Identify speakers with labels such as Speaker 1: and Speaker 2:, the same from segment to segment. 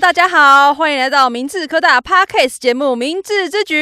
Speaker 1: 大家好，欢迎来到明治科大 Podcast 节目《明治之局》，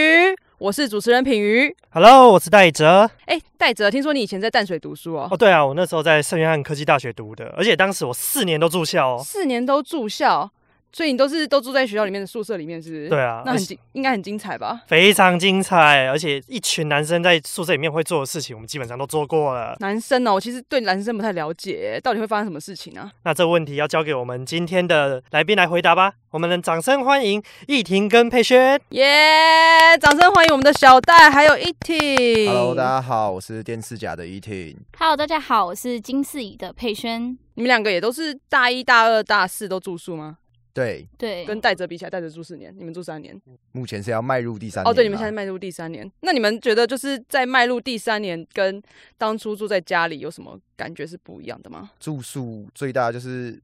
Speaker 1: 我是主持人品瑜。
Speaker 2: Hello，我是戴哲。
Speaker 1: 哎，戴哲，听说你以前在淡水读书哦
Speaker 2: 哦，，对啊，我那时候在圣约翰科技大学读的，而且当时我四年都住校哦。
Speaker 1: 四年都住校，所以你都是都住在学校里面的宿舍里面，是不是？
Speaker 2: 对啊
Speaker 1: 那
Speaker 2: 而
Speaker 1: 很
Speaker 2: 且
Speaker 1: 精，应该很精彩吧？
Speaker 2: 非常精彩，而且一群男生在宿舍里面会做的事情，我们基本上都做过了。
Speaker 1: 男生哦，我其实对男生不太了解，到底会发生什么事情啊？
Speaker 2: 那这问题要交给我们今天的来宾来回答吧。我们能掌声欢迎易婷跟佩轩。
Speaker 1: 耶、掌声欢迎我们的小戴，还有 E 一婷。
Speaker 3: Hello，大家好，我是电视甲的依婷。
Speaker 4: Hello，大家好，我是金四乙的佩轩。
Speaker 1: 你们两个也都是大一、大二、大四都住宿吗？
Speaker 3: 对，
Speaker 4: 对，
Speaker 1: 跟戴哲比起来，戴哲住四年，你们住三年。
Speaker 3: 目前是要迈入第三
Speaker 1: 哦，对，你
Speaker 3: 年
Speaker 1: 们现在
Speaker 3: 啦
Speaker 1: 迈入第三年，那你们觉得就是在迈入第三年跟当初住在家里有什么感觉是不一样的吗？
Speaker 3: 住宿最大就是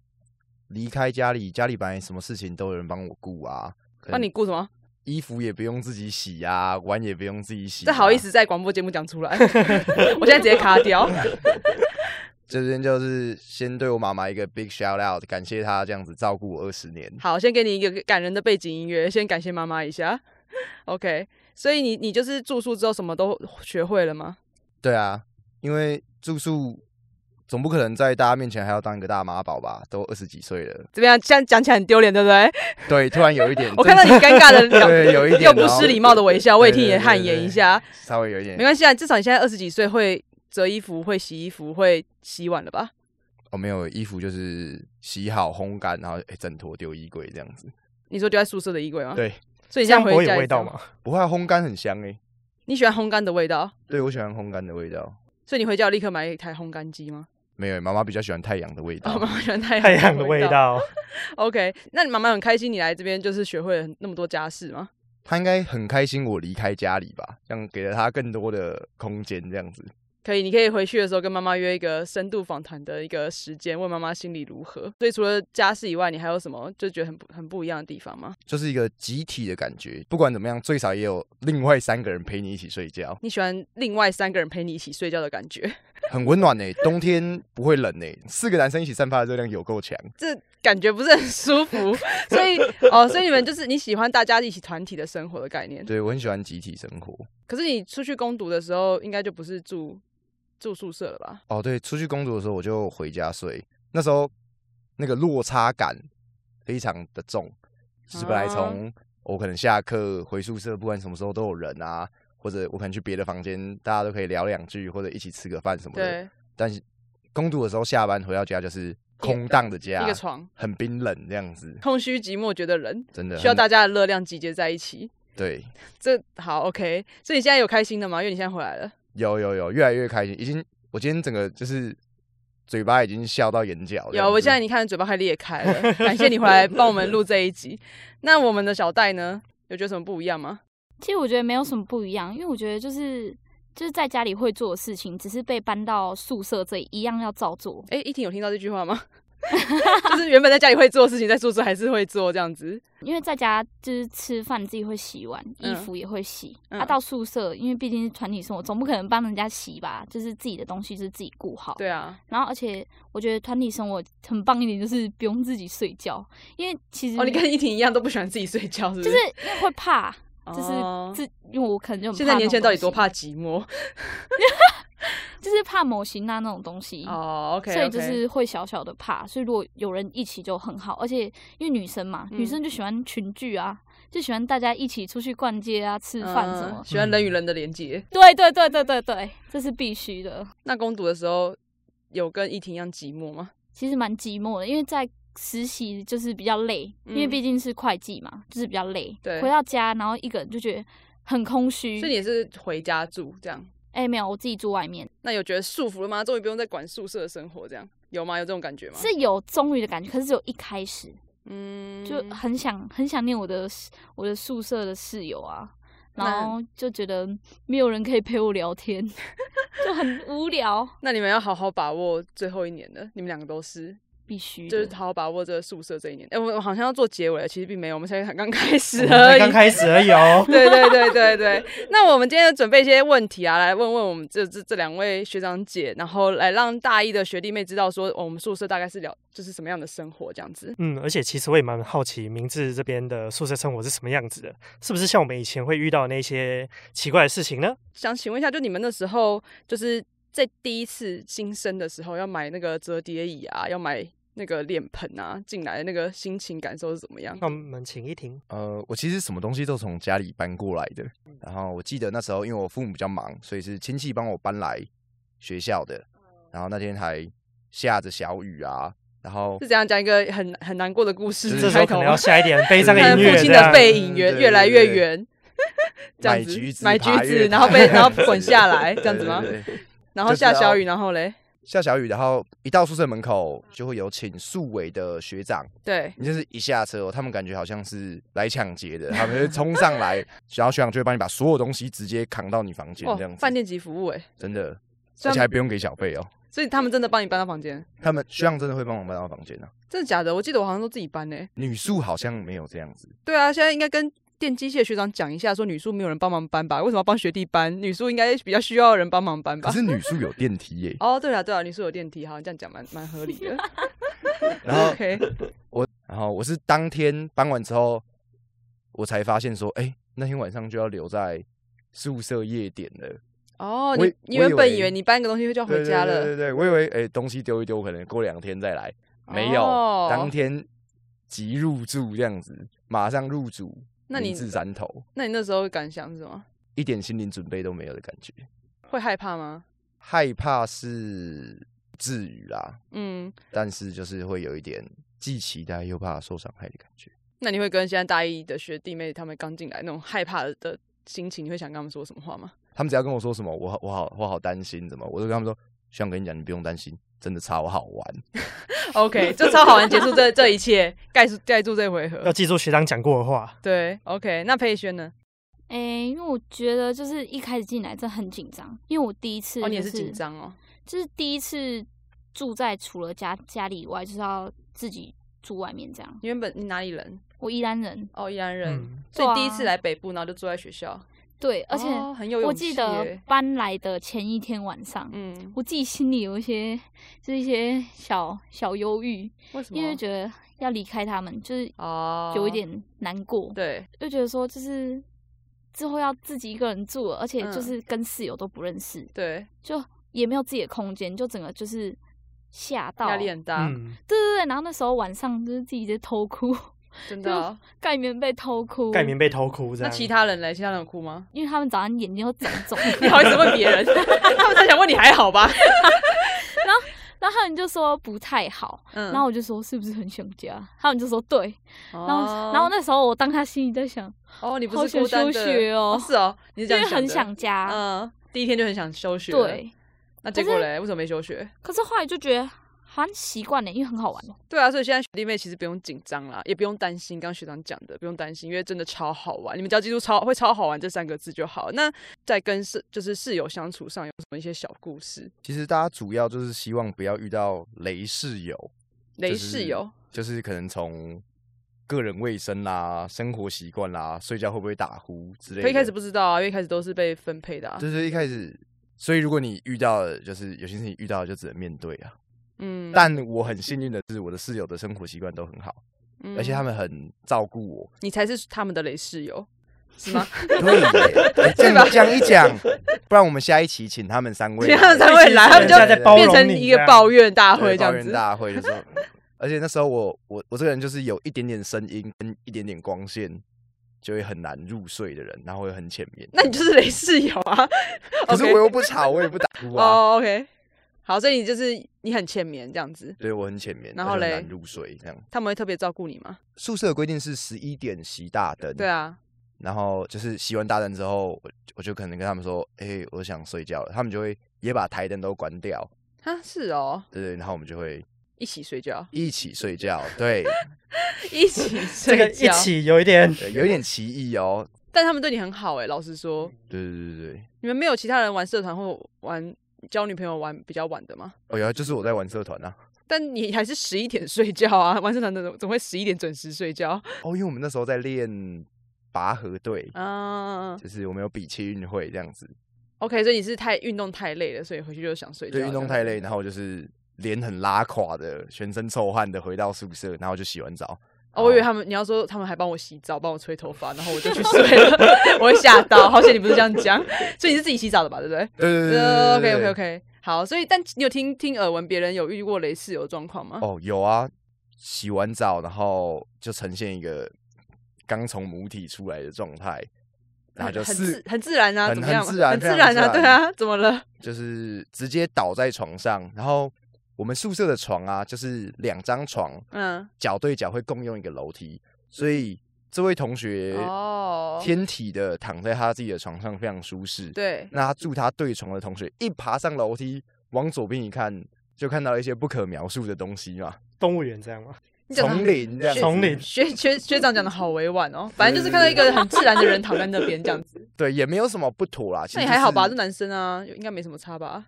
Speaker 3: 离开家里，家里本来什么事情都有人帮我顾啊，可
Speaker 1: 那
Speaker 3: 能
Speaker 1: 哦你顾什么？
Speaker 3: 衣服也不用自己洗啊，碗也不用自己洗、啊
Speaker 1: 这好意？思在广播节目讲出来， 我现在直接卡掉。
Speaker 3: 这边就是先对我妈妈一个 big shout out，感谢她这样子照顾我二十年。
Speaker 1: 好，先给你一个感人的背景音乐，先感谢妈妈一下。OK，所以你你就是住宿之后什么都学会了吗？
Speaker 3: 对啊，因为住宿总不可能在大家面前还要当一个大妈宝吧？都二十几岁了，
Speaker 1: 怎么样？现在讲起来很丢脸，对不对？
Speaker 3: 对，突然有一点
Speaker 1: ，我看到你尴尬的
Speaker 3: 对有一点哦
Speaker 1: 又不失礼貌的微笑，我也替
Speaker 3: 对对
Speaker 1: 你
Speaker 3: 对
Speaker 1: 汗
Speaker 3: 对
Speaker 1: 颜一
Speaker 3: 对
Speaker 1: 下。
Speaker 3: 稍微有一点
Speaker 1: 没关系啊，至少你现在二十几岁，会折衣服、会洗衣服、会洗碗了吧？
Speaker 3: 哦，没有，衣服就是洗好烘干，然后诶整坨丢衣柜这样子。
Speaker 1: 你说丢在宿舍的衣柜吗？
Speaker 3: 对，
Speaker 1: 所以你现
Speaker 2: 这
Speaker 1: 在
Speaker 2: 样
Speaker 1: 回
Speaker 2: 不会
Speaker 1: 家
Speaker 2: 有
Speaker 1: 也
Speaker 2: 味
Speaker 1: 这
Speaker 2: 道
Speaker 1: 样
Speaker 2: 吗？？
Speaker 3: 不会啊烘干很香诶、
Speaker 1: 你喜欢烘干的味道，
Speaker 3: 对我喜欢烘干的味道。
Speaker 1: 所以你回家有立刻买一台烘干机吗？哦
Speaker 3: 没有，妈妈比较喜欢太阳的味
Speaker 1: 我
Speaker 3: 道
Speaker 1: 妈。妈喜欢太
Speaker 2: 哦太阳的味
Speaker 1: 味。
Speaker 2: 道，
Speaker 1: OK，那你妈妈很开心你来这边，就是学会了很那么多家事吗？
Speaker 3: 她应该很开心我离开家里吧，这样给了她更多的空间这样子。
Speaker 1: 可以，你可以回去的时候跟妈妈约一个深度访谈的一个时间，问妈妈心里如何。所以除了家事以外，你还有什么就觉得很不很不一样的地方吗？
Speaker 3: 就是一个集体的感觉，不管怎么样，最少也有另外三个人陪你一起睡 觉，
Speaker 1: 你喜欢另外三个人陪你一起睡觉的感觉，
Speaker 3: 很温暖呢、欸冬天不会冷呢、四个男生一起散发的热量有够强。
Speaker 1: 这感觉不是很舒服。 所以哦，所以你们就是你喜欢大家一起团体的生活的概念。
Speaker 3: 对我很喜欢集体生活。
Speaker 1: 可是你出去攻读的时候，应该就不是住住宿舍了吧？
Speaker 3: 哦，对，出去工作的时候我就回家睡，那时候那个落差感非常的重，就是本来
Speaker 1: 哦
Speaker 3: 从我可能下课回宿舍，不管什么时候都有人啊，或者我可能去别的房间，大家都可以聊两句，或者一起吃个饭什么的。
Speaker 1: 对，
Speaker 3: 但是工作的时候下班回到家就是空荡的家
Speaker 1: 一个，床，
Speaker 3: 很冰冷这样子，
Speaker 1: 空虚寂寞觉得冷，
Speaker 3: 真的
Speaker 1: 需要
Speaker 3: 很
Speaker 1: 大家的热量集结在一起。
Speaker 3: 对。
Speaker 1: 这好 OK，所以你现在有开心的吗？因为你现在回来了，
Speaker 3: 有有有，越来越开心，已经我今天整个就是嘴巴已经笑到眼角这样子。
Speaker 1: 有，我现在你看嘴巴快裂开了，感谢你回来帮我们录这一集。那我们的小戴呢，有觉得什么不一样吗？
Speaker 4: 其实我觉得没有什么不一样，因为我觉得就是就是在家里会做的事情，只是被搬到宿舍这里一样要照做。
Speaker 1: 哎，依婷有听到这句话吗？ 就是原本在家里会做的事情，在宿舍还是会做这样子。
Speaker 4: 因为在家就是吃饭自己会洗碗，
Speaker 1: 嗯
Speaker 4: 衣服也会洗。
Speaker 1: 嗯
Speaker 4: 啊，到宿舍因为毕竟是团体生活，总不可能帮人家洗吧？就是自己的东西就是自己顾好。
Speaker 1: 对啊，
Speaker 4: 然后而且我觉得团体生活很棒一点就是不用自己睡觉，因为其实
Speaker 1: 哦，你跟依婷一样都不喜欢自己睡觉，是不是？
Speaker 4: 就是因为会怕，就
Speaker 1: 哦
Speaker 4: 是自因为我可能就很
Speaker 1: 现在
Speaker 4: 怕
Speaker 1: 年
Speaker 4: 那
Speaker 1: 轻人
Speaker 4: 种
Speaker 1: 到底多
Speaker 4: 东西
Speaker 1: 怕寂寞？
Speaker 4: 就是怕某型啊那种东西。
Speaker 1: 哦，OK，
Speaker 4: 所以就是会小小的怕，所以如果有人一起就很好，而且因为女生嘛，
Speaker 1: 嗯
Speaker 4: 女生就喜欢群聚啊，就喜欢大家一起出去逛街啊、吃饭什么
Speaker 1: 嗯。喜欢人与人的连接。
Speaker 4: 对对对对对对，这是必须的。
Speaker 1: 那攻读的时候有跟依婷一样寂寞吗？
Speaker 4: 其实蛮寂寞的，因为在实习就是比较累，
Speaker 1: 嗯
Speaker 4: 因为毕竟是会计嘛，就是比较累。
Speaker 1: 对
Speaker 4: 回到家然后一个人就觉得很空虚。
Speaker 1: 所以你也是回家住这样？
Speaker 4: 哎、没有，我自己住外面
Speaker 1: 那有觉得束缚了吗？终于不用再管宿舍的生活这样，有吗？有这种感觉吗？
Speaker 4: 是，有终于的感觉，可是只有一开始，
Speaker 1: 嗯，
Speaker 4: 就很想很想念我的室我的宿舍的室友啊，
Speaker 1: 那
Speaker 4: 然后就觉得没有人可以陪我聊天， 就很无聊。
Speaker 1: 那你们要好好把握最后一年了，你们两个都是。
Speaker 4: 必须
Speaker 1: 就是
Speaker 4: 的
Speaker 1: 好好把握这个宿舍这一年。哎、我我好像要做结尾了，其实并没有，我们现在才刚开始
Speaker 4: 哦
Speaker 2: 我们
Speaker 1: 而
Speaker 2: 才
Speaker 1: 已。。
Speaker 2: 嗯刚开始而已哦
Speaker 1: 对对对对对，那我们今天就准备一些问题啊，来问问我们这这这两位学长姐，然后来让大一的学弟妹知道说，哦我们宿舍大概是了就是什么样的生活这样子。
Speaker 2: 嗯，而且其实我也蛮好奇明治这边的宿舍生活是什么样子的，是不是像我们以前会遇到那些奇怪的事情呢？
Speaker 1: 想请问一下，就你们那时候就是在第一次新生的时候，要买那个折叠椅啊，要买那个脸盆啊，进来的那个心情感受是怎么样？
Speaker 2: 那我们请一婷。
Speaker 3: 呃，我其实什么东西都从家里搬过来的。
Speaker 1: 嗯
Speaker 3: 然后我记得那时候，因为我父母比较忙，所以是亲戚帮我搬来学校的。
Speaker 1: 哦
Speaker 3: 然后那天还下着小雨啊，然后
Speaker 1: 是怎样讲一个很很难过的故事？
Speaker 2: 这时候
Speaker 1: 嗯开头
Speaker 2: 可能
Speaker 1: 吗
Speaker 2: 要下一点悲伤的
Speaker 1: 看
Speaker 2: 音乐，
Speaker 1: 父
Speaker 2: 这
Speaker 1: 亲
Speaker 2: 样
Speaker 1: 的背影越
Speaker 3: 对
Speaker 1: 越来
Speaker 3: 对
Speaker 1: 越
Speaker 3: 对
Speaker 1: 远， 这样
Speaker 3: 买
Speaker 1: 子
Speaker 3: 橘子，
Speaker 1: 买橘
Speaker 3: 爬
Speaker 1: 子，
Speaker 3: 月
Speaker 1: 然后
Speaker 3: 台
Speaker 1: 被 然后滚下来，这样子？吗
Speaker 3: 对？对对对
Speaker 1: 然后
Speaker 3: 就
Speaker 1: 下
Speaker 3: 是
Speaker 1: 小
Speaker 3: 要
Speaker 1: 雨，然后嘞，
Speaker 3: 下小雨，然后一到宿舍门口就会有请宿委的学长，
Speaker 1: 对，
Speaker 3: 你就是一下车哦，他们感觉好像是来抢劫的，他们就冲 上来，然后学长就会帮你把所有东西直接扛到你房间
Speaker 1: 哦
Speaker 3: 这样，子
Speaker 1: 饭，店级服务哎，
Speaker 3: 真的，
Speaker 1: 虽
Speaker 3: 而且
Speaker 1: 然
Speaker 3: 还不用给小费哦。
Speaker 1: 所以他们真的帮你搬到房间，
Speaker 3: 他们学长真的会帮我搬到房间啊，
Speaker 1: 真的假的？我记得我好像都自己搬哎，
Speaker 3: 女宿好像没有这样子，
Speaker 1: 对啊，现在应该跟。电机系的学长讲一下，说女宿没有人帮忙搬吧？为什么要帮学弟搬？女宿应该比较需要人帮忙搬吧。
Speaker 3: 可？是女宿有电梯耶
Speaker 1: 哦，对了对了，女宿有电梯，好，你这样讲蛮蛮合理的。
Speaker 3: 然后
Speaker 1: OK，
Speaker 3: 然后我是当天搬完之后，我才发现说，哎、那天晚上就要留在宿舍夜点了。
Speaker 1: 哦，
Speaker 3: 我
Speaker 1: 你你
Speaker 3: 以我以
Speaker 1: 原本以
Speaker 3: 为
Speaker 1: 为你搬个东西就要
Speaker 3: 对
Speaker 1: 回家
Speaker 3: 对对
Speaker 1: 了
Speaker 3: 对，对，我以为哎、诶东西丢一丢，可能过两天再来，没有，
Speaker 1: 哦
Speaker 3: 当天即入住这样子，马上入住。
Speaker 1: 那你
Speaker 3: 自山头
Speaker 1: 那你那时候感想是什么？
Speaker 3: 一点心理准备都没有的感觉，
Speaker 1: 会害怕吗？
Speaker 3: 害怕是至于啦，
Speaker 1: 嗯，
Speaker 3: 但是就是会有一点既期待又怕受伤害的感觉。
Speaker 1: 那你会跟现在大一的学弟妹他们刚进来那种害怕的心情，你会想跟他们说什么话吗？
Speaker 3: 他们只要跟我说什么，我好我好我好担心，怎么？我就跟他们说，学长跟你讲，你不用担心，真的超好玩。
Speaker 1: OK，就超好玩，结束这这一切，盖住盖住这回合
Speaker 2: 要。记住学长讲过的话。
Speaker 1: 对，OK，那佩轩呢？
Speaker 4: 哎、因为我觉得就是一开始进来真的很紧张，因为我第一次、
Speaker 1: 哦，你也
Speaker 4: 就是
Speaker 1: 紧，张哦。
Speaker 4: 就是第一次住在除了家家里以外，就是要自己住外面这样。
Speaker 1: 你原本你哪里人？
Speaker 4: 我依然人
Speaker 1: 哦，宜兰人。
Speaker 2: 嗯，
Speaker 1: 所
Speaker 4: 对
Speaker 1: 以
Speaker 4: 啊
Speaker 1: 第一次来北部，然后就住在学校，
Speaker 4: 对，而且、
Speaker 1: 哦很有勇
Speaker 4: 我
Speaker 1: 气
Speaker 4: 记
Speaker 1: 耶。
Speaker 4: 得搬来的前一天晚上，
Speaker 1: 嗯，
Speaker 4: 我自己心里有一些就是一些小小忧郁，
Speaker 1: 为什么？
Speaker 4: 因为觉得要离开他们，就是
Speaker 1: 啊哦
Speaker 4: 有一点难过，
Speaker 1: 对，
Speaker 4: 就觉得说就是之后要自己一个人住了，而且
Speaker 1: 嗯
Speaker 4: 就是跟室友都不认识，
Speaker 1: 对，
Speaker 4: 就也没有自己的空间，就整个就是吓到，
Speaker 1: 压
Speaker 4: 对
Speaker 1: 力很大，
Speaker 2: 嗯，
Speaker 4: 对对，然后那时候晚上就是自己在偷哭，
Speaker 1: 真的 哦。
Speaker 4: 盖棉被偷哭，
Speaker 2: 盖棉被偷哭这
Speaker 1: 那
Speaker 2: 样。
Speaker 1: 其他人嘞？其他人有哭吗？
Speaker 4: 因为他们早上眼睛都长肿，
Speaker 1: 你好意思问别人？ 他们在想问你还好吧？
Speaker 4: 然后他们就说不太好，
Speaker 1: 嗯
Speaker 4: 然后我就说是不是很想家，他们就说对，
Speaker 1: 然
Speaker 4: 然后、然后那时候我当他心里在想，
Speaker 1: 哦，你不
Speaker 4: 好
Speaker 1: 是孤
Speaker 4: 想
Speaker 1: 单
Speaker 4: 休
Speaker 1: 的
Speaker 4: 学哦
Speaker 1: 是哦，你是
Speaker 4: 因
Speaker 1: 这
Speaker 4: 为
Speaker 1: 样
Speaker 4: 很
Speaker 1: 的
Speaker 4: 想家，
Speaker 1: 嗯，第一天就很想休学，，
Speaker 4: 对，
Speaker 1: 那结果嘞，为什么没休学？
Speaker 4: 可是后来就觉得好像习惯了，因为很好玩，哦
Speaker 1: 对啊，所以现在学弟妹其实不用紧张啦，也不用担心，刚刚学长讲的不用担心，因为真的超好玩，你们只要记住“超会超好玩”这三个字就好。那在跟室就是室友相处上有什么一些小故事？
Speaker 3: 其实大家主要就是希望不要遇到雷室友，
Speaker 1: 雷
Speaker 3: 就是
Speaker 1: 室友，
Speaker 3: 就是可能从个人卫生啦、生活习惯啦、睡觉会不会打呼之类的。
Speaker 1: 可一开始不知道啊，因为一开始都是被分配的啊。
Speaker 3: 就是一开始，所以如果你遇到了，就是有些事情遇到了就只能面对啊。
Speaker 1: 嗯，
Speaker 3: 但我很幸运的是，我的室友的生活习惯都很好，
Speaker 1: 嗯
Speaker 3: 而且他们很照顾我。
Speaker 1: 你才是他们的雷室友，是吗？
Speaker 3: 对耶，哎这样讲一讲，不然我们下一期请他们三位
Speaker 1: 请
Speaker 3: 来，
Speaker 1: 他们三位来，他们就
Speaker 3: 对对对对
Speaker 1: 变成一个抱怨大会这
Speaker 3: 对抱
Speaker 1: 样
Speaker 3: 怨
Speaker 1: 子。
Speaker 3: 大会的时候， 而且那时候我我我这个人就是有一点点声音跟一点点光线，就会很难入睡的人，然后会很浅眠。
Speaker 1: 那你就是雷室友啊。
Speaker 3: 可是
Speaker 1: OK
Speaker 3: 我又不吵，我 也不打呼啊，
Speaker 1: 哦、o k 好，所以你就是你很欠眠这样子，
Speaker 3: 对我很浅眠，
Speaker 1: 然后
Speaker 3: 而且很
Speaker 1: 嘞
Speaker 3: 难入睡这样。
Speaker 1: 他们会特别照顾你吗？
Speaker 3: 宿舍的规定是十一点熄大灯，
Speaker 1: 对，啊，
Speaker 3: 然后就是熄完大灯之后，我我就可能跟他们说，哎、我想睡觉了，他们就会也把台灯都关掉，
Speaker 1: 啊是哦，
Speaker 3: 对对，然后我们就会
Speaker 1: 一起睡 觉，
Speaker 3: 一起睡觉，对，
Speaker 1: 一起
Speaker 2: 这
Speaker 1: 睡
Speaker 2: 个一
Speaker 1: 觉，
Speaker 2: 起有一点
Speaker 3: 对有点奇异哦，
Speaker 1: 但他们对你很好哎、老实说，
Speaker 3: 对对对对，
Speaker 1: 你们没有其他人玩社团或玩交女朋友玩比较晚的吗？
Speaker 3: 哦，原来就是我在玩社团啊，
Speaker 1: 但你还是十一点睡觉啊， 完成团怎总会十一点准时睡觉
Speaker 3: 哦，因为我们那时候在练拔河队，
Speaker 1: 啊。
Speaker 3: 就是我们有比气运会这样子，
Speaker 1: OK，所以你是太运动太累了，所以回去就想睡觉。
Speaker 3: 对运动太累，然后我就是脸很拉垮的，全身臭汗的回到宿舍，然后就洗完澡。
Speaker 1: 哦，我以为他们你要说他们还帮我洗澡，帮我吹头发，然后我就去睡了，我会吓到。好险你不是这样 讲，所以你是自己洗澡的吧？对不对？
Speaker 3: 对对对对
Speaker 1: 呃
Speaker 3: 对对
Speaker 1: OK OK OK，好，所以但你有听听耳闻别人有遇过类似有状况吗？
Speaker 3: 哦，有啊，洗完澡然后就呈现一个刚从母体出来的状态，然后就
Speaker 1: 嗯很
Speaker 3: 四
Speaker 1: 自很自然啊，
Speaker 3: 很
Speaker 1: 怎么样？
Speaker 3: 很自然
Speaker 1: 很
Speaker 3: 非
Speaker 1: 自
Speaker 3: 常
Speaker 1: 然啊，
Speaker 3: 自
Speaker 1: 对
Speaker 3: 然
Speaker 1: 啊，怎么了？
Speaker 3: 就是直接倒在床上，然后我们宿舍的床啊，就是两张床，
Speaker 1: 嗯，
Speaker 3: 脚对脚会共用一个楼梯，所以这位同学
Speaker 1: 哦
Speaker 3: 天体的躺在他自己的床上非常舒适。，
Speaker 1: 对，
Speaker 3: 那他住他对床的同学一爬上楼梯，往左边一看，就看到了一些不可描述的东西嘛，
Speaker 2: 动物园这样吗？
Speaker 1: 你讲得
Speaker 3: 丛
Speaker 1: 很
Speaker 3: 林这样子，
Speaker 2: 丛林
Speaker 1: 学学学长讲的好委婉哦，反正就是看到一个很自然的人躺在那边这样子，
Speaker 3: 对，也没有什么不妥 啦。其实
Speaker 1: 那也还好吧，
Speaker 3: 就
Speaker 1: 这
Speaker 3: 是
Speaker 1: 男生啊，应该没什么差吧。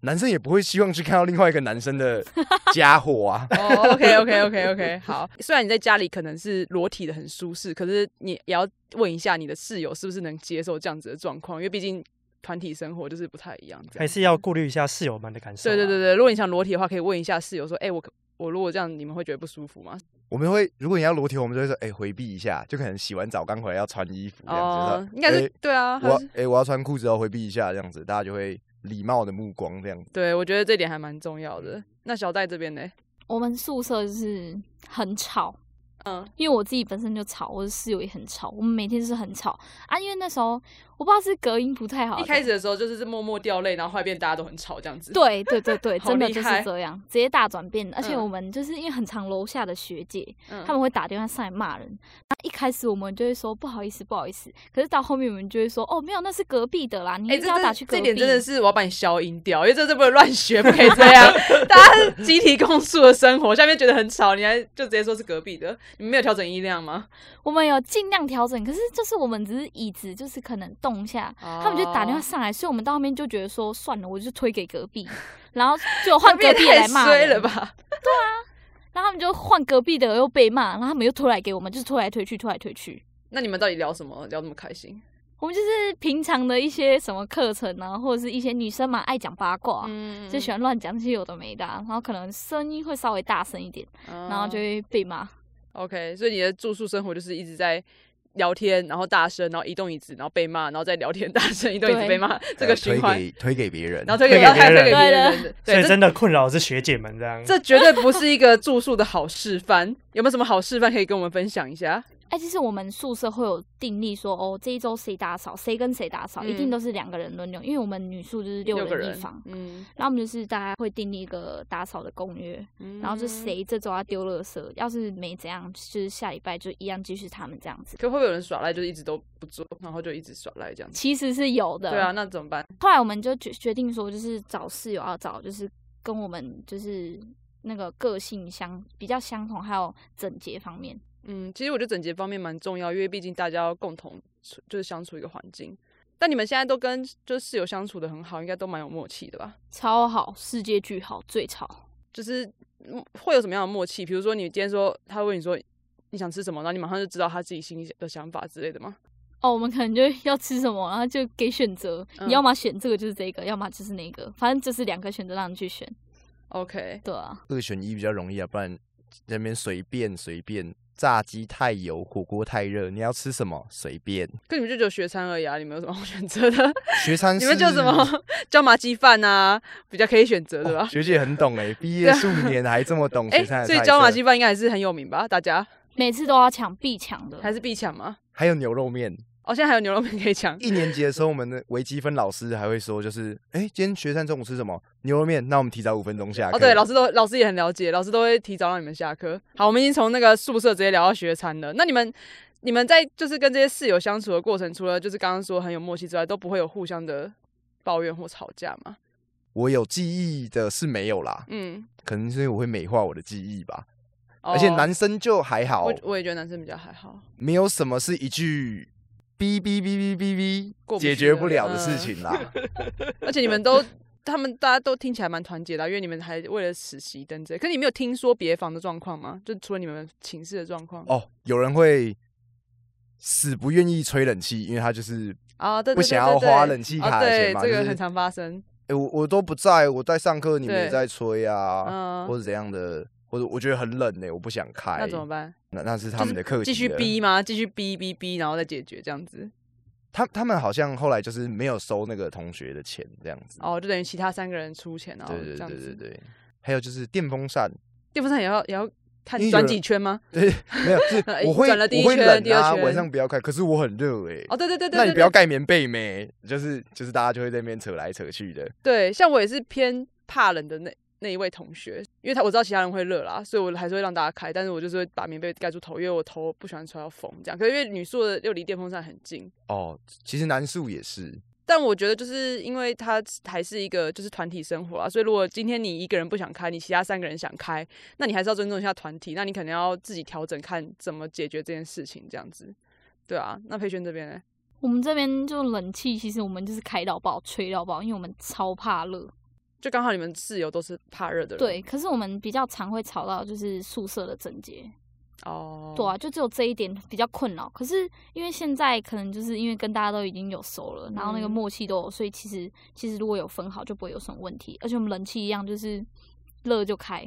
Speaker 3: 男生也不会希望去看到另外一个男生的 家伙啊。
Speaker 1: 哦、o k OK OK OK，好。虽然你在家里可能是裸体的很舒适，可是你也要问一下你的室友是不是能接受这样子的状况，因为毕竟团体生活就是不太一样这样。
Speaker 2: 还是要顾虑一下室友们的感受、
Speaker 1: 对
Speaker 2: 啊。
Speaker 1: 对对对，如果你想裸体的话，可以问一下室友说：“哎、我可我如果这样，你们会觉得不舒服吗
Speaker 3: 我们会，如果你要裸体，我们就会说，哎、回避一下，就可能洗完澡刚回来要穿衣服？”这样子。
Speaker 1: 哦
Speaker 3: 说，
Speaker 1: 应该是、
Speaker 3: 哎
Speaker 1: 对啊。还
Speaker 3: 我
Speaker 1: 是
Speaker 3: 哎、我要穿裤子哦，回避一下这样子，大家就会礼貌的目光这样子。
Speaker 1: 对，我觉得这点还蛮重要的。那小戴这边呢？
Speaker 4: 我们宿舍就是很吵，
Speaker 1: 嗯，
Speaker 4: 因为我自己本身就吵，我的室友也很吵，我们每天就是很吵啊。因为那时候我不知道是隔音不太好，
Speaker 1: 一开始的时候就是默默掉泪，然后后来变大家都很吵这样子。
Speaker 4: 对对对 对，
Speaker 1: 好
Speaker 4: 真的
Speaker 1: 厉
Speaker 4: 就是
Speaker 1: 害
Speaker 4: 这样，直接大转变。而且
Speaker 1: 嗯
Speaker 4: 我们就是因为很常楼下的学姐，
Speaker 1: 嗯，
Speaker 4: 他们会打电话上来骂人。那一开始我们就会说不好意思，不好意思。可是到后面我们就会说哦，没有，那是隔壁的啦，你
Speaker 1: 哎、
Speaker 4: 一定
Speaker 1: 这
Speaker 4: 要
Speaker 1: 真
Speaker 4: 打去隔
Speaker 1: 这
Speaker 4: 壁。
Speaker 1: 点真的是我要把你消音掉，因为这这不能乱学，不可以这样。大家 是集体共宿的生活，下面觉得很吵，你还就直接说是隔壁的，你们没有调整音量吗？
Speaker 4: 我们有尽量调整，可是就是我们只是椅子就是可能动一下， 他们就打电话
Speaker 1: 哦
Speaker 4: 上来，所以我们到后面就觉得说算了，我就推给隔壁，然后 就换隔壁
Speaker 1: 也
Speaker 4: 来
Speaker 1: 太
Speaker 4: 骂
Speaker 1: 衰
Speaker 4: 人
Speaker 1: 了？吧？
Speaker 4: 然后他们就换隔壁的又被骂，然后他们又推来给我们，就是推来推去，推来推去。
Speaker 1: 那你们到底聊什么？聊那么开心？
Speaker 4: 我们就是平常的一些什么课程啊，或者是一些女生嘛爱讲八卦，
Speaker 1: 嗯
Speaker 4: 就喜欢乱讲这些有的没的啊、然后可能声音会稍微大声一点，
Speaker 1: 欢
Speaker 4: 然后就会被骂。
Speaker 1: 嗯 OK。所以你的住宿生活就是一直在。聊天，然后大声，然后移动椅子，然后被骂，然后再聊天，大声，移动椅子
Speaker 4: 对
Speaker 1: 被骂，这
Speaker 3: 还
Speaker 1: 个
Speaker 3: 有
Speaker 1: 循
Speaker 3: 呃推
Speaker 1: 环，
Speaker 3: 给推给别人，
Speaker 1: 然后推给
Speaker 2: 推给
Speaker 1: 别
Speaker 2: 别
Speaker 1: 人，推给
Speaker 2: 人
Speaker 1: 别人
Speaker 4: 对
Speaker 1: 对，
Speaker 2: 所以
Speaker 1: 这
Speaker 2: 真的困扰的是学姐们这 样。
Speaker 1: 这绝对不是一个住宿的好示范。有没有什么好示范可以跟我们分享一下？
Speaker 4: 哎，其实我们宿舍会有定例说，哦，这一周谁打扫，谁跟谁打扫，一定
Speaker 1: 嗯
Speaker 4: 都是两个人轮流，因为我们女宿就是六
Speaker 1: 个
Speaker 4: 人一
Speaker 1: 人
Speaker 4: 房，
Speaker 1: 嗯，
Speaker 4: 然后我们就是大家会订立一个打扫的公约，然后就
Speaker 1: 嗯？
Speaker 4: 谁这周要丢垃圾，要是没怎样，就是下礼拜就一样继续他们这样子。
Speaker 1: 可会不会有人耍赖，就是一直都不做，然后就一直耍赖这样子？
Speaker 4: 其实是有的，
Speaker 1: 对啊，。那怎么办？
Speaker 4: 后来我们就决决定说，就是找室友要找，就是跟我们就是那个个性相比较相同，还有整洁方面。
Speaker 1: 嗯，其实我觉得整洁方面蛮重要，因为毕竟大家要共同处就是相处一个环境。但你们现在都跟就是室友相处的很好，应该都蛮有默契的吧？
Speaker 4: 超好，世界巨好，最吵。
Speaker 1: 就是嗯会有什么样的默契？比如说你今天说他问你说你想吃什么，然后你马上就知道他自己心里的想法之类的吗？
Speaker 4: 哦，我们可能就 要吃什么，然后就给选择，
Speaker 1: 嗯
Speaker 4: 你要么选这个就是这个，要么就是那个，反正就是两个选择让你去选。
Speaker 1: OK，
Speaker 4: 对啊，
Speaker 3: 二选一比较容易啊，不然在那边随便随便，炸鸡太油，火锅太热，你要吃什么随便。
Speaker 1: 跟你们就只有学餐而已啊，你们有什么好选择的？
Speaker 3: 学餐
Speaker 1: 你们就什么 椒麻鸡饭啊，比较可以选择的吧？
Speaker 3: 学姐很懂哎、毕业数年还这么懂
Speaker 1: 啊哎、
Speaker 3: 学餐的菜色、
Speaker 1: 所以椒麻鸡饭应该还是很有名吧？大家
Speaker 4: 每次都要抢必抢的，
Speaker 1: 还是必抢吗？
Speaker 3: 还有牛肉面。
Speaker 1: 哦，现在还有牛肉面可以 抢。
Speaker 3: 一年级的 时候，我们的微积分老师还会说，就是哎、诶今天学餐中午吃什么？牛肉面。那我们提早五分钟下课。
Speaker 1: 哦，对，老师都老师也很了解，老师都会提早让你们下课。好，我们已经从那个宿舍直接聊到学餐了。那你们你们在就是跟这些室友相处的过程，除了就是刚刚说很有默契之外，都不会有互相的抱怨或吵架吗？
Speaker 3: 我有记忆的是没有啦，
Speaker 1: 嗯，
Speaker 3: 可能是因为我会美化我的记忆吧。
Speaker 1: 哦
Speaker 3: 而且男生就还好
Speaker 1: 我，我也觉得男生比较还好。
Speaker 3: 没有什么是一句哔哔哔哔哔
Speaker 1: 过不去嗯
Speaker 3: 哔解决不了的事情啦。
Speaker 1: 而且你们都他们大家都听起来蛮团结的啊、因为你们还为了此熄灯这，可你没有听说别房的状况吗？就除了你们寝室的状况
Speaker 3: 哦，有人会死不愿意吹冷气，因为他就是
Speaker 1: 啊，对对对对对
Speaker 3: 不想要花冷气卡
Speaker 1: 啊
Speaker 3: 的钱
Speaker 1: 对，
Speaker 3: 嘛，
Speaker 1: 这
Speaker 3: 就
Speaker 1: 个
Speaker 3: 是
Speaker 1: 很常发生。
Speaker 3: 哎、我我都不在，我在上课，你们
Speaker 1: 对
Speaker 3: 也在吹啊，
Speaker 1: 嗯，
Speaker 3: 或者怎样的，或者我觉得很冷呢、我不想开，
Speaker 1: 那怎么办？
Speaker 3: 那那是他们的课题了，
Speaker 1: 继续逼吗？继续逼逼逼，然后再解决这样子。
Speaker 3: 他他们好像后来就是没有收那个同学的钱这样子。
Speaker 1: 哦，就等于其他三个人出钱，然后
Speaker 3: 对对
Speaker 1: 这样
Speaker 3: 对
Speaker 1: 子。
Speaker 3: 对对。还有就是电风扇，
Speaker 1: 电风扇也要也要看
Speaker 3: 因为有
Speaker 1: 转
Speaker 3: 人
Speaker 1: 几圈吗？ 哎
Speaker 3: 对，没有，就是我会
Speaker 1: 转了第一
Speaker 3: 我会
Speaker 1: 圈
Speaker 3: 冷
Speaker 1: 第二
Speaker 3: 啊，
Speaker 1: 圈
Speaker 3: 晚上不要开，可是我很热哎、
Speaker 1: 哦，对对对对，
Speaker 3: 那你
Speaker 1: 对
Speaker 3: 不要
Speaker 1: 对
Speaker 3: 盖棉被没？就是就是大家就会在那边扯来扯去的。
Speaker 1: 对，像我也是偏怕冷的那那一位同学，因为他我知道其他人会热啦，所以我还是会让大家开，但是我就是会把棉被盖住头，因为我头不喜欢吹到风这样。可是因为女宿的又离电风扇很近，
Speaker 3: 哦，其实男宿也是，
Speaker 1: 但我觉得就是因为它还是一个就是团体生活啊，所以如果今天你一个人不想开，你其他三个人想开，那你还是要尊重一下团体，那你可能要自己调整看怎么解决这件事情这样子。对啊，那佩轩这边呢？
Speaker 4: 我们这边就冷气，其实我们就是开到爆、吹到爆，因为我们超怕热。
Speaker 1: 就刚好你们室友都是怕热的人，
Speaker 4: 对，可是我们比较常会吵到就是宿舍的整洁，
Speaker 1: 哦，
Speaker 4: 对啊，就只有这一点比较困扰。可是因为现在可能就是因为跟大家都已经有熟了，然后那个
Speaker 1: 嗯
Speaker 4: 默契都有，所以其实其实如果有分好就不会有什么问题。而且我们冷气一样，就是热就开，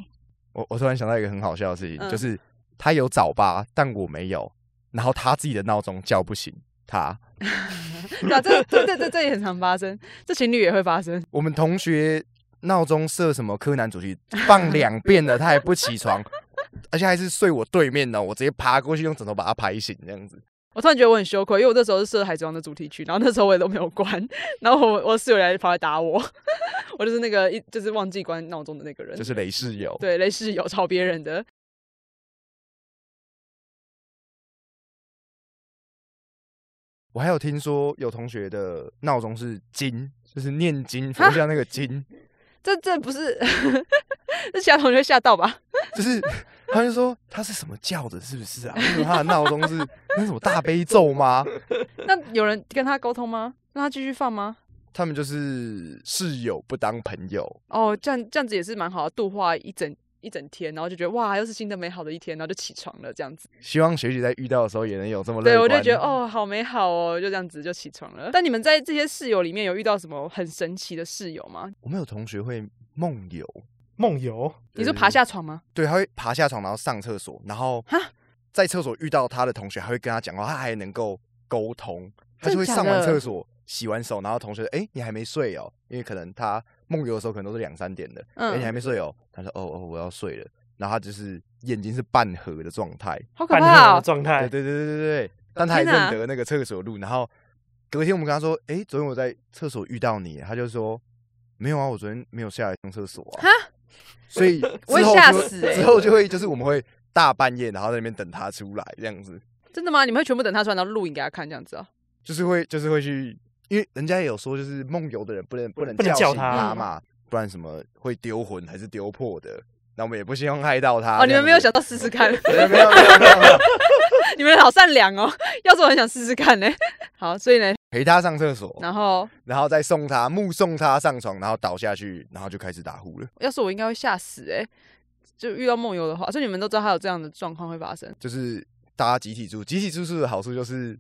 Speaker 3: 我我突然想到一个很好笑的事情，
Speaker 1: 嗯
Speaker 3: 就是他有早八，但我没有，然后他自己的闹钟叫不醒他。
Speaker 1: 对啊，这这这这这也很常发生，这情侣也会发生。
Speaker 3: 我们同学闹钟设什么柯南主题放两遍了，他还不起床，而且还是睡我对面哦呢，我直接爬过去用枕头把他拍醒，这样子。
Speaker 1: 我突然觉得我很羞愧，因为我那时候是设海贼王的主题曲，然后那时候我也都没有关，然后我我室友来跑来打我，我就是那个一就是忘记关闹钟的那个人，
Speaker 3: 就是雷室友，
Speaker 1: 对雷室友吵别人的。
Speaker 3: 我还有听说有同学的闹钟是经，就是念经，
Speaker 1: 哈
Speaker 3: 佛教那 个经，
Speaker 1: 这这不是，这其他同学吓到吧？
Speaker 3: 就是他就说他是什么教的，是不是啊？为什么他的闹钟是那什么大悲 咒吗？
Speaker 1: 那有人跟他沟通吗？让他继续放吗？
Speaker 3: 他们就是室友不当朋友，
Speaker 1: 哦，这样这样子也是蛮好的，啊度化一整一整天，然后就觉得哇，又是新的美好的一天，然后就起床了这样子。
Speaker 3: 希望学姐在遇到的时候也能有这么乐
Speaker 1: 对，我就
Speaker 3: 观
Speaker 1: 觉得，哦，好美好哦，就这样子就起床了。但你们在这些室友里面有遇到什么很神奇的室友吗？
Speaker 3: 我们有同学会梦游，
Speaker 2: 梦游，
Speaker 1: 你
Speaker 3: 就是
Speaker 1: 爬下床吗？
Speaker 3: 对，他会爬下床，然后上厕所，然后
Speaker 1: 哈
Speaker 3: 在厕所遇到他的同学，还会跟他讲话，他还能够沟通，他
Speaker 1: 真
Speaker 3: 就会
Speaker 1: 假
Speaker 3: 上完
Speaker 1: 的
Speaker 3: 厕所、洗完手，然后同学说：“哎、你还没睡哦？”因为可能他梦游的时候可能都是两三点的，哎、你还
Speaker 1: 嗯，
Speaker 3: 没睡哦？他说：“哦哦，我要睡了。”然后他就是眼睛是半合的状态，
Speaker 1: 好可
Speaker 2: 半夜
Speaker 1: 怕
Speaker 2: 的
Speaker 1: 哦！
Speaker 2: 状态
Speaker 3: 对，对对对对对，但他还
Speaker 1: 天哪
Speaker 3: 认得那个厕所路，然后隔天我们跟他说：“哎、昨天我在厕所遇到你。”他就说：“没有啊，我昨天没有下来上厕所啊。” 所以
Speaker 1: 我
Speaker 3: 之
Speaker 1: 会
Speaker 3: 后
Speaker 1: 吓
Speaker 3: 就会
Speaker 1: 死欸
Speaker 3: 之后就会就是我们会大半夜，然后在那边等他出来，这样子
Speaker 1: 真的吗？你们会全部等他出来，然后录影给他看这样子啊？
Speaker 3: 就是会就是会去，因为人家也有说，就是梦游的人不能不能
Speaker 2: 不能
Speaker 3: 叫
Speaker 2: 叫
Speaker 3: 醒
Speaker 2: 他嗯
Speaker 3: 他嘛，不然什么会丢魂还是丢魄的。那我们也不希望害到他。
Speaker 1: 哦，你们没有想
Speaker 3: 到？
Speaker 1: 到试试看？
Speaker 3: 没有没有没有没有没有，
Speaker 1: 你们好善良哦！要是我很想试试看呢。好，所以呢，
Speaker 3: 陪他上厕所，
Speaker 1: 然后
Speaker 3: 然后再送他目送他上床，然后倒下去，然后就开始打呼了。
Speaker 1: 要是我应该会吓死哎、就遇到梦游的话，所以你们都知道他有这样的状况会发生，
Speaker 3: 就是大家集体住，集体住宿的好处就是，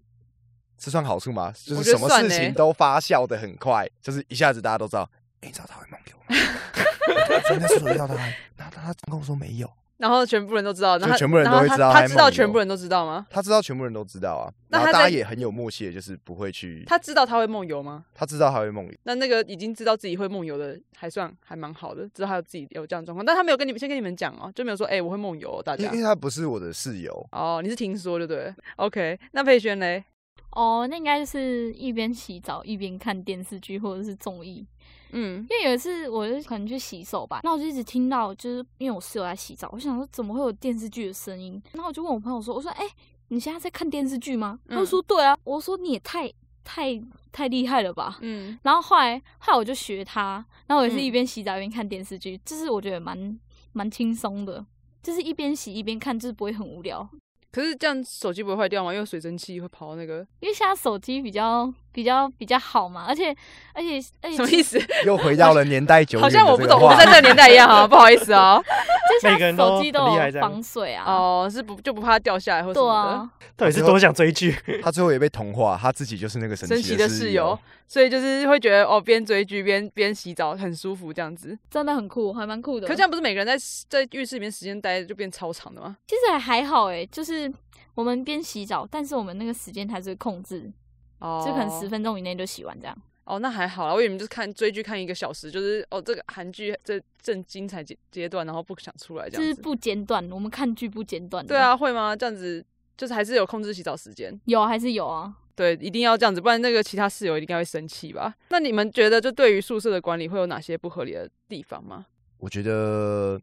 Speaker 3: 这算好处吗？就
Speaker 1: 我
Speaker 3: 是
Speaker 1: 觉得
Speaker 3: 什么
Speaker 1: 算
Speaker 3: 事
Speaker 1: 欸
Speaker 3: 情都发酵的很快，就是一下子大家都知道，哎、你知道他会梦游吗？昨天在宿舍遇到他，然后他跟我说没有，
Speaker 1: 然后全部人都知道，哦然后他
Speaker 3: 全部人都会
Speaker 1: 然后
Speaker 3: 知道
Speaker 1: 他
Speaker 3: 他在
Speaker 1: 知道
Speaker 3: 梦游
Speaker 1: 全部人都知道吗？
Speaker 3: 他知道全部人都知道啊，
Speaker 1: 那
Speaker 3: 然后
Speaker 1: 他
Speaker 3: 大
Speaker 1: 在
Speaker 3: 家也很有默契，的，就是不会去，
Speaker 1: 他知道他会梦游吗？
Speaker 3: 他知道他会梦游，
Speaker 1: 那那个已经知道自己会梦游的，还算还蛮好的，知道他有自己有这样的状况，但他没有跟你们先跟你们讲哦，就没有说哎、我会梦游、哦，大
Speaker 3: 因
Speaker 1: 家
Speaker 3: 为因为他不是我的室友，
Speaker 1: 哦，你是听说对不对？OK，那佩轩嘞，
Speaker 4: 哦，那应该就是一边洗澡一边看电视剧或者是综艺。
Speaker 1: 嗯，
Speaker 4: 因为有一次我就可能去洗手吧，然后我就一直听到，就是因为我室友在洗澡，我想说怎么会有电视剧的声音？然后我就问我朋友说：“我说，哎、你现在在看电视剧吗？”他就
Speaker 1: 嗯
Speaker 4: 说：“对啊。”我说：“你也太太太厉害了吧！”
Speaker 1: 嗯，
Speaker 4: 然后后来后来我就学他，然后我也是
Speaker 1: 嗯
Speaker 4: 一边洗澡一边看电视剧，就是我觉得蛮蛮轻松的，就是一边洗一边看，就是不会很无聊。
Speaker 1: 可是这样手机不会坏掉吗？因为水蒸气会跑到那个
Speaker 4: 因为现在手机比较比较比较好嘛，而且而且而且
Speaker 1: 什么意
Speaker 4: 思？
Speaker 1: 思？
Speaker 3: 又回到了年代久
Speaker 1: 好
Speaker 3: 远的
Speaker 1: 像我
Speaker 3: 这
Speaker 1: 不
Speaker 3: 个
Speaker 1: 懂，我
Speaker 3: 话
Speaker 1: 不在这个年代一样 啊，不好意思哦。
Speaker 4: 就
Speaker 2: 每
Speaker 4: 是他
Speaker 2: 个人都
Speaker 4: 手机
Speaker 2: 很厉害
Speaker 4: 有
Speaker 2: 这样
Speaker 4: 防水啊，
Speaker 1: 哦，是不就不怕掉下来或什
Speaker 4: 对
Speaker 1: 么
Speaker 4: 啊，
Speaker 2: 到底是多想追剧？
Speaker 3: 他最后也被同化，他自己就是那个
Speaker 1: 的？
Speaker 3: 神
Speaker 1: 神奇的室
Speaker 3: 室
Speaker 1: 友，所以就是会觉得哦，边追剧边边洗澡很舒服这样子。
Speaker 4: 真的很酷，还蛮酷的。
Speaker 1: 可这样不是每个人在在浴室里面时间待就变超长的吗？
Speaker 4: 其实还还好诶、就是我们边洗澡，但是我们那个时间还是会控制，
Speaker 1: 哦，
Speaker 4: 就可能十分钟以内就洗完这样。
Speaker 1: 哦，那还好啦。我以为你们就是看追剧看一个小时，就是哦，这个韩剧这正精彩阶阶段，然后不想出来这
Speaker 4: 就
Speaker 1: 样
Speaker 4: 是
Speaker 1: 子。
Speaker 4: 不间断，我们看剧不间断。
Speaker 1: 对，啊，会吗？这样子就是还是有控制洗澡时间。
Speaker 4: 有还是有啊。
Speaker 1: 对，一定要这样子，不然那个其他室友应该会生气吧？那你们觉得，就对于宿舍的管理会有哪些不合理的地方吗？
Speaker 3: 我觉得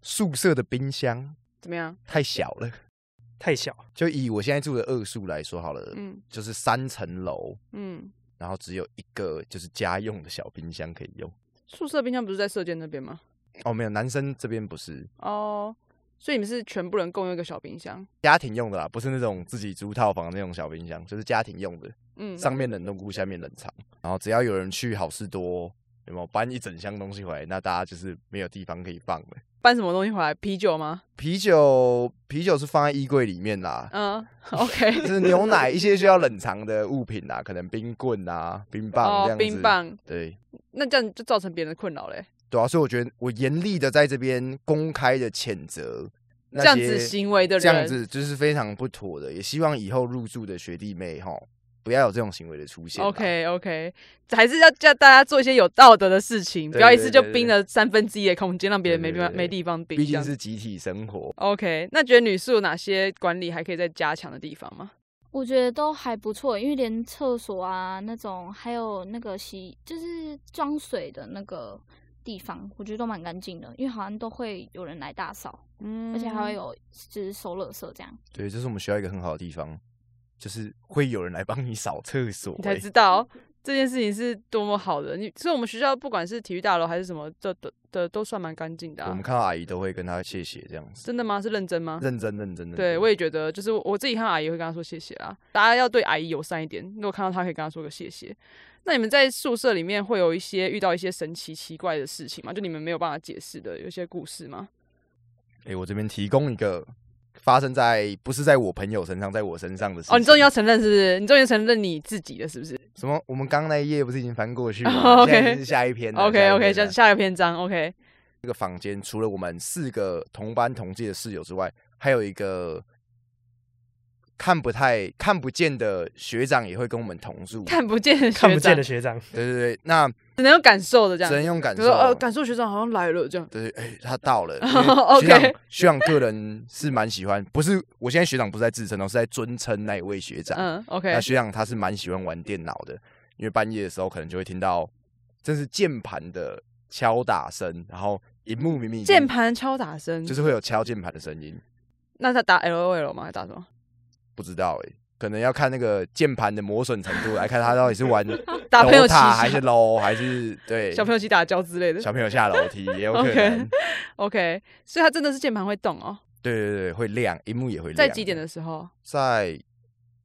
Speaker 3: 宿舍的冰箱
Speaker 1: 怎么样？
Speaker 3: 太小了。
Speaker 2: 太小，
Speaker 3: 就以我现在住的二宿来说好了，
Speaker 1: 嗯
Speaker 3: 就是三层楼，
Speaker 1: 嗯，
Speaker 3: 然后只有一个就是家用的小冰箱可以用。
Speaker 1: 宿舍冰箱不是在射箭那边吗？
Speaker 3: 哦，没有，男生这边不是
Speaker 1: 哦，所以你们是全部人共用一个小冰箱。
Speaker 3: 家庭用的啦，不是那种自己租套房那种小冰箱，就是家庭用的，
Speaker 1: 嗯，
Speaker 3: 上面冷冻库，下面冷藏。然后只要有人去好事多，有没有搬一整箱东西回来，那大家就是没有地方可以放了。
Speaker 1: 搬什么东西回来？啤酒吗？
Speaker 3: 啤酒，啤酒是放在衣柜里面啦，
Speaker 1: 嗯
Speaker 3: 就
Speaker 1: ，OK。
Speaker 3: 是牛奶一些需要冷藏的物品啦，可能冰棍啊、冰棒这
Speaker 1: 哦
Speaker 3: 样，子。
Speaker 1: 冰，棒，
Speaker 3: 对
Speaker 1: 那这样就造成别人的困扰嘞。
Speaker 3: 对啊，所以我觉得我严厉的在这边公开的谴责那
Speaker 1: 这样
Speaker 3: 些
Speaker 1: 子行为的人，
Speaker 3: 这样子就是非常不妥的，也希望以后入住的学弟妹哈，不要有这种行为的出现啦。
Speaker 1: OK OK，还是要叫大家做一些有道德的事情，
Speaker 3: 对
Speaker 1: 不要一次就
Speaker 3: 对对
Speaker 1: 冰了三分之一的空间，让别人没地
Speaker 3: 对对
Speaker 1: 方
Speaker 3: 对
Speaker 1: 没地方冰。
Speaker 3: 毕
Speaker 1: 这
Speaker 3: 竟
Speaker 1: 样子
Speaker 3: 是集体生活，
Speaker 1: OK，那觉得女宿有哪些管理还可以再加强的地方吗？
Speaker 4: 我觉得都还不错，因为连厕所啊那种，还有那个洗就是装水的那个地方，我觉得都蛮干净的，因为好像都会有人来大扫，
Speaker 1: 嗯
Speaker 4: 而且还会有就是收垃圾这样。
Speaker 3: 对，这是我们学校一个很好的地方，就是会有人来帮你扫厕所、
Speaker 1: 你才
Speaker 3: 欸
Speaker 1: 知道这件事情是多么好的。你所以我们学校不管是体育大楼还是什么，这的的都算蛮干净的、
Speaker 3: 我
Speaker 1: 啊
Speaker 3: 们。看到阿姨都会跟她谢谢这样子，
Speaker 1: 真的吗？是认真吗？
Speaker 3: 认真认真的。
Speaker 1: 对，我也觉得，就是我我自己看阿姨会跟她说谢谢啦。大家要对阿姨友善一点，如果看到她可以跟她说个谢谢。那你们在宿舍里面会有一些遇到一些神奇奇怪的事情吗？就你们没有办法解释的，有一些故事吗？
Speaker 3: 哎、我这边提供一个发生在不是在我朋友身上，在我身上的事情。
Speaker 1: 哦，你终于要承认是不是？你终于承认你自己了是不是
Speaker 3: 什么？我们刚那一页不是已经翻过去
Speaker 1: 哦
Speaker 3: 了
Speaker 1: ，OK
Speaker 3: 现在是嗯下一篇了。
Speaker 1: ？OK OK，
Speaker 3: 下
Speaker 1: 下
Speaker 3: 一篇了
Speaker 1: 下一个篇章 OK。
Speaker 3: 这个房间除了我们四个同班同届的室友之外，还有一个看不太看不见的学长也会跟我们同住。
Speaker 1: 看不见的学
Speaker 2: 看不见
Speaker 1: 长
Speaker 2: 的学长，
Speaker 3: 对对对，那
Speaker 1: 只能用感受的这样
Speaker 3: 只能
Speaker 1: 子。
Speaker 3: 用感
Speaker 1: 比
Speaker 3: 受。
Speaker 1: 如说呃，感受学长好像来了这样。
Speaker 3: 对，哎、他到 了。
Speaker 1: OK
Speaker 3: 因为学长学长个人是蛮喜欢，不是我现在学长不是在自称哦，是在尊称那一位学长。
Speaker 1: 嗯，OK
Speaker 3: 那。学长他是蛮喜欢玩电脑的，因为半夜的时候可能就会听到，真是键盘的敲打声，然后荧幕明明已经
Speaker 1: 键盘敲打声，
Speaker 3: 就是会有敲键盘的声音，
Speaker 1: 那他打 L O L 吗？还打什么？
Speaker 3: 不知道哎、可能要看那个键盘的磨损程度来看他到底是玩
Speaker 1: 打朋友棋
Speaker 3: DOTA 还是 low 还是对
Speaker 1: 小朋友起打交之类的。
Speaker 3: 小朋友下楼梯也有可
Speaker 1: OK
Speaker 3: 能，
Speaker 1: OK，所以他真的是键盘会动哦。
Speaker 3: 对对对，会亮，荧幕也会亮。
Speaker 1: 在几点的？时候？
Speaker 3: 在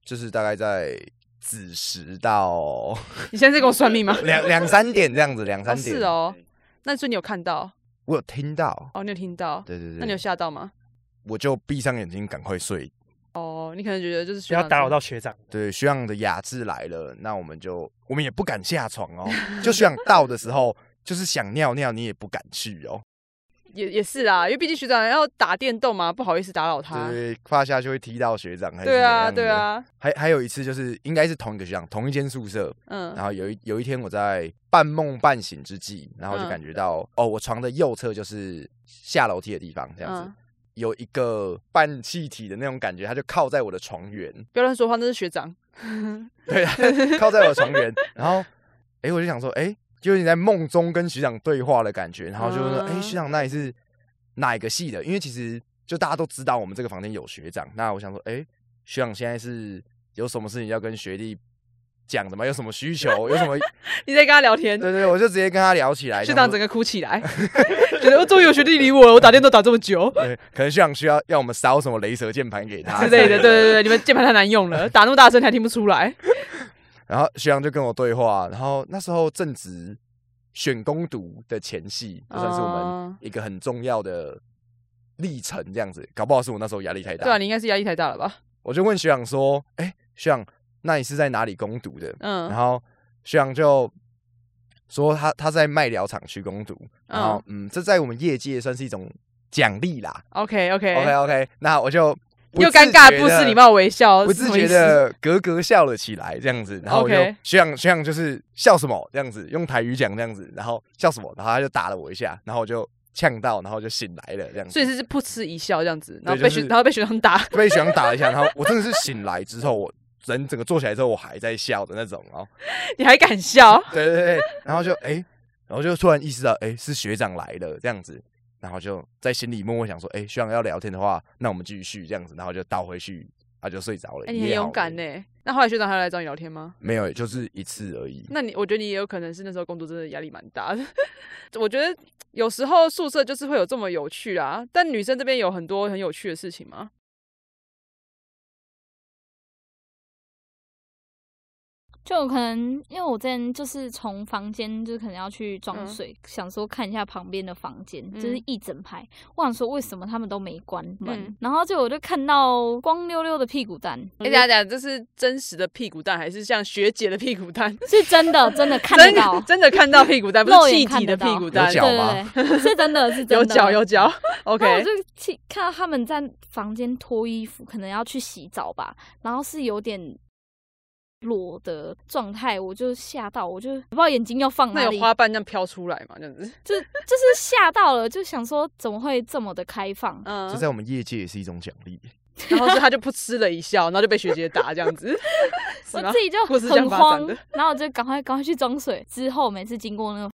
Speaker 3: 就是大概在子时到
Speaker 1: 你现在在给我算命吗？
Speaker 3: 两两三点这样子，两
Speaker 1: 哦
Speaker 3: 三点、
Speaker 1: 是，哦，那所以你有看到
Speaker 3: 我有听到，
Speaker 1: 哦，你有听到，
Speaker 3: 对对对，
Speaker 1: 那你有吓到吗？
Speaker 3: 我就闭上眼睛赶快睡。
Speaker 1: 哦，你可能觉得就是
Speaker 2: 不
Speaker 1: 学
Speaker 2: 要
Speaker 1: 长
Speaker 2: 打
Speaker 1: 真的
Speaker 2: 扰到学长。
Speaker 3: 对，学长的雅致来了，那我们就我们也不敢下床 哦。就学长到的时候，就是想尿尿，你也不敢去哦。
Speaker 1: 也也是啦，因为毕竟学长要打电动嘛，不好意思打扰他。
Speaker 3: 对，胯下就会踢到学长。还是
Speaker 1: 对啊，
Speaker 3: 怎
Speaker 1: 对
Speaker 3: 样的。
Speaker 1: 啊，
Speaker 3: 还还有一次就是应该是同一个学长，同一间宿舍。然
Speaker 1: 嗯，
Speaker 3: 后有一有一天我在半梦半醒之际，然后就
Speaker 1: 嗯
Speaker 3: 感觉到、哦，我床的右侧就是下楼梯的地方，这样子。
Speaker 1: 嗯
Speaker 3: 有一个半气体的那种感觉，它就靠在我的床缘，
Speaker 1: 不要乱说话，那是学长。
Speaker 3: 对，他靠在我的床缘，然后，哎、我就想说，哎、就是你在梦中跟学长对话的感觉，然后就说，哎、
Speaker 1: 嗯
Speaker 3: 学长那你是哪一个系的？因为其实就大家都知道我们这个房间有学长，那我想说，哎、学长现在是有什么事情要跟学弟讲的吗？有什么需求？有 什么？
Speaker 1: 你在跟他聊天
Speaker 3: 对，对，我就直接跟他聊起来。
Speaker 1: 学
Speaker 3: 想
Speaker 1: 长
Speaker 3: 说
Speaker 1: 整个哭起 来，觉得哦终于有学弟理我了，我打电动打这么久
Speaker 3: 对，可能学长需要要我们烧什么雷蛇键盘给他
Speaker 1: 之类的。对对对，你们键盘太难用了，打那么大声你还听不出来。
Speaker 3: 然后学长就跟我对话，然后那时候正值选攻读的前戏，就算是我们
Speaker 1: 哦
Speaker 3: 一个很重要的历程，这样子，搞不好是我那时候压力太大。
Speaker 1: 对啊，你应该是压力太大了吧？
Speaker 3: 我就问学长说：“哎、学长，那你是在哪里攻读的？”
Speaker 1: 嗯
Speaker 3: 然后学长就说他他在麦寮厂区攻读，然后嗯这在我们业界算是一种奖励啦。
Speaker 1: OK
Speaker 3: OK
Speaker 1: OK，
Speaker 3: OK，那我就不
Speaker 1: 又
Speaker 3: 自
Speaker 1: 尴尬
Speaker 3: 觉
Speaker 1: 不
Speaker 3: 地
Speaker 1: 失礼貌微笑
Speaker 3: 不
Speaker 1: 是
Speaker 3: 自
Speaker 1: 什么意
Speaker 3: 觉
Speaker 1: 思
Speaker 3: 的咯咯笑了起来，这样子。然后我就
Speaker 1: OK
Speaker 3: 学长学长就是笑什么这样子，用台语讲这样子，然后笑什么，然后他就打了我一下，然后我就呛到，然后就醒来了这样子。
Speaker 1: 所以是噗嗤一笑这样子，然后
Speaker 3: 对
Speaker 1: 被
Speaker 3: 就是
Speaker 1: 学然后被学长打，
Speaker 3: 被学长打了一下，然后我真的是醒来之后，我人整个坐起来之后，我还在笑的那种哦。
Speaker 1: 你还敢 笑？
Speaker 3: 对对对，然后就哎、然后就突然意识到，哎、是学长来了这样子，然后就在心里默默想说，哎、学长要聊天的话，那我们继续这样子，然后就倒回去，他就睡着了。
Speaker 1: 哎、你很
Speaker 3: 也好
Speaker 1: 勇敢
Speaker 4: 欸
Speaker 3: 了
Speaker 1: 呢、那后来学长还有来找你聊天吗？
Speaker 3: 没有，就是一次而已。
Speaker 1: 那你我觉得你也有可能是那时候工作真的压力蛮大的。 我觉得有时候宿舍就是会有这么有趣啦，但女生这边有很多很有趣的事情吗？
Speaker 4: 就有可能因为我之前就是从房间就是可能要去装
Speaker 1: 嗯
Speaker 4: 水，想说看一下旁边的房间，
Speaker 1: 嗯
Speaker 4: 就是一整排。我想说为什么他们都没关门，
Speaker 1: 嗯
Speaker 4: 然后就我就看到光溜溜的屁股蛋，
Speaker 1: 哎、等一下等一下，这是真实的屁股蛋，还是像学姐的屁股蛋？
Speaker 4: 是真的真的看
Speaker 1: 真
Speaker 4: 得
Speaker 1: 的
Speaker 4: 到。
Speaker 1: 真的看到屁股 蛋，不
Speaker 4: 肉
Speaker 1: 是
Speaker 4: 眼
Speaker 1: 气
Speaker 4: 看
Speaker 1: 体
Speaker 4: 得
Speaker 1: 的
Speaker 4: 到
Speaker 1: 屁股
Speaker 3: 有
Speaker 1: 蛋，
Speaker 3: 脚吗
Speaker 4: 对对对，是真的，是真的。
Speaker 1: 有脚有 脚。
Speaker 4: 那我
Speaker 1: OK，
Speaker 4: 就去看到他们在房间脱衣服，可能要去洗澡吧，然后是有点裸的状态，我就吓到，我就不知道眼睛要放
Speaker 1: 那
Speaker 4: 哪
Speaker 1: 有
Speaker 4: 里，
Speaker 1: 花瓣这样飘出来嘛？这样子，
Speaker 4: 就就是吓到了，就想说怎么会这么的开放？
Speaker 1: 嗯
Speaker 3: 这，在我们业界也是一种奖励。
Speaker 1: 然后是他就噗嗤了一笑，然后就被学姐打这样子。是
Speaker 4: 我
Speaker 1: 吗
Speaker 4: 自己就
Speaker 1: 故事这样
Speaker 4: 很
Speaker 1: 发
Speaker 4: 慌
Speaker 1: 展的，
Speaker 4: 然后我就赶快赶快去装水。之后每次经过那个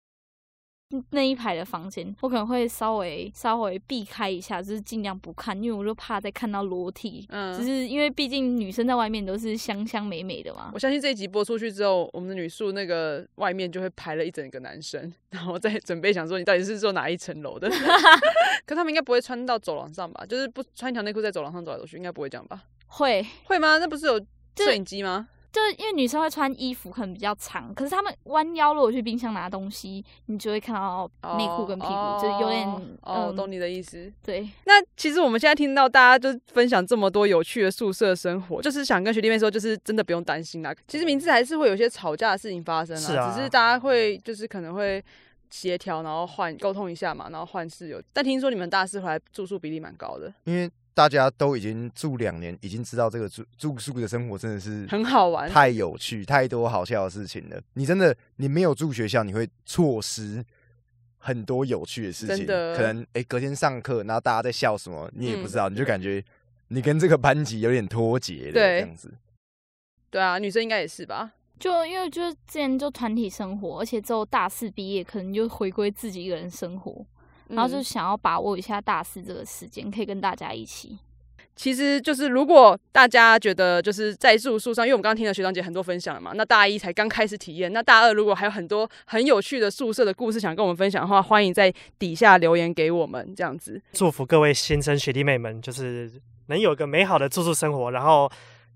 Speaker 4: 那一排的房间，我可能会稍微稍微避开一下，就是尽量不看，因为我就怕再看到裸体。
Speaker 1: 嗯
Speaker 4: 就是因为毕竟女生在外面都是香香美美的嘛
Speaker 1: 我，相信这一集播出去之后，我们的女宿那个外面就会排了一整个男生，然后在准备想说你到底是坐哪一层楼的。 可他们应该不会穿到走廊上吧？就是不穿一条内裤在走廊上走来走去，应该不会这样吧？
Speaker 4: 会
Speaker 1: 会吗？那不是有摄影机吗？
Speaker 4: 就是因为女生会穿衣服可能比较长，可是她们弯腰如果去冰箱拿东西，你就会看到
Speaker 1: 哦
Speaker 4: 内裤跟屁股，就是有点
Speaker 1: 哦哦，我
Speaker 4: 嗯
Speaker 1: 懂你的意思。
Speaker 4: 对。
Speaker 1: 那其实我们现在听到大家就是分享这么多有趣的宿舍生活，就是想跟学弟妹说，就是真的不用担心啦。其实名字还是会有一些吵架的事情发生啦，
Speaker 2: 是啊
Speaker 1: 只是大家会就是可能会协调，然后换沟通一下嘛，然后换室友。但听说你们大四回来住宿比例蛮高的，
Speaker 3: 因为大家都已经住两年，已经知道这个住住宿的生活真的是
Speaker 1: 很好玩
Speaker 3: 太有趣，太多好笑的事情了。你真的，你没有住学校，你会错失很多有趣的事情。
Speaker 1: 真的
Speaker 3: 可能哎、诶隔天上课，然后大家在笑什么，你也
Speaker 1: 嗯
Speaker 3: 不知道，你就感觉你跟这个班级有点脱节了，这
Speaker 1: 对
Speaker 3: 样子。
Speaker 1: 对啊，女生应该也是吧？
Speaker 4: 就因为就是之前就团体生活，而且之后大四毕业，可能就回归自己一个人生活，然后就
Speaker 1: 嗯
Speaker 4: 想要把握一下大四这个时间，可以跟大家一起。
Speaker 1: 其实就是，如果大家觉得就是在住宿上，因为我们刚刚听了学长姐很多分享了嘛，那大一才刚开始体验，那大二如果还有很多很有趣的宿舍的故事想跟我们分享的话，欢迎在底下留言给我们，这样子。
Speaker 2: 祝福各位新生学弟妹们，就是能有个美好的住宿生活，然后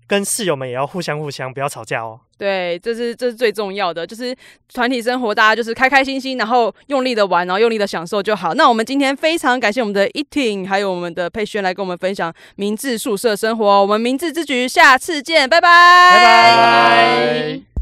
Speaker 2: 跟室友们也要互相互相，不要吵架哦。
Speaker 1: 对，这是这是最重要的，就是团体生活，大家就是开开心心，然后用力的玩，然后用力的享受就好。那我们今天非常感谢我们的 Eating，还有我们的佩轩来跟我们分享哦明治宿舍生活。我们明治之举，下次见，拜拜，拜
Speaker 3: 拜拜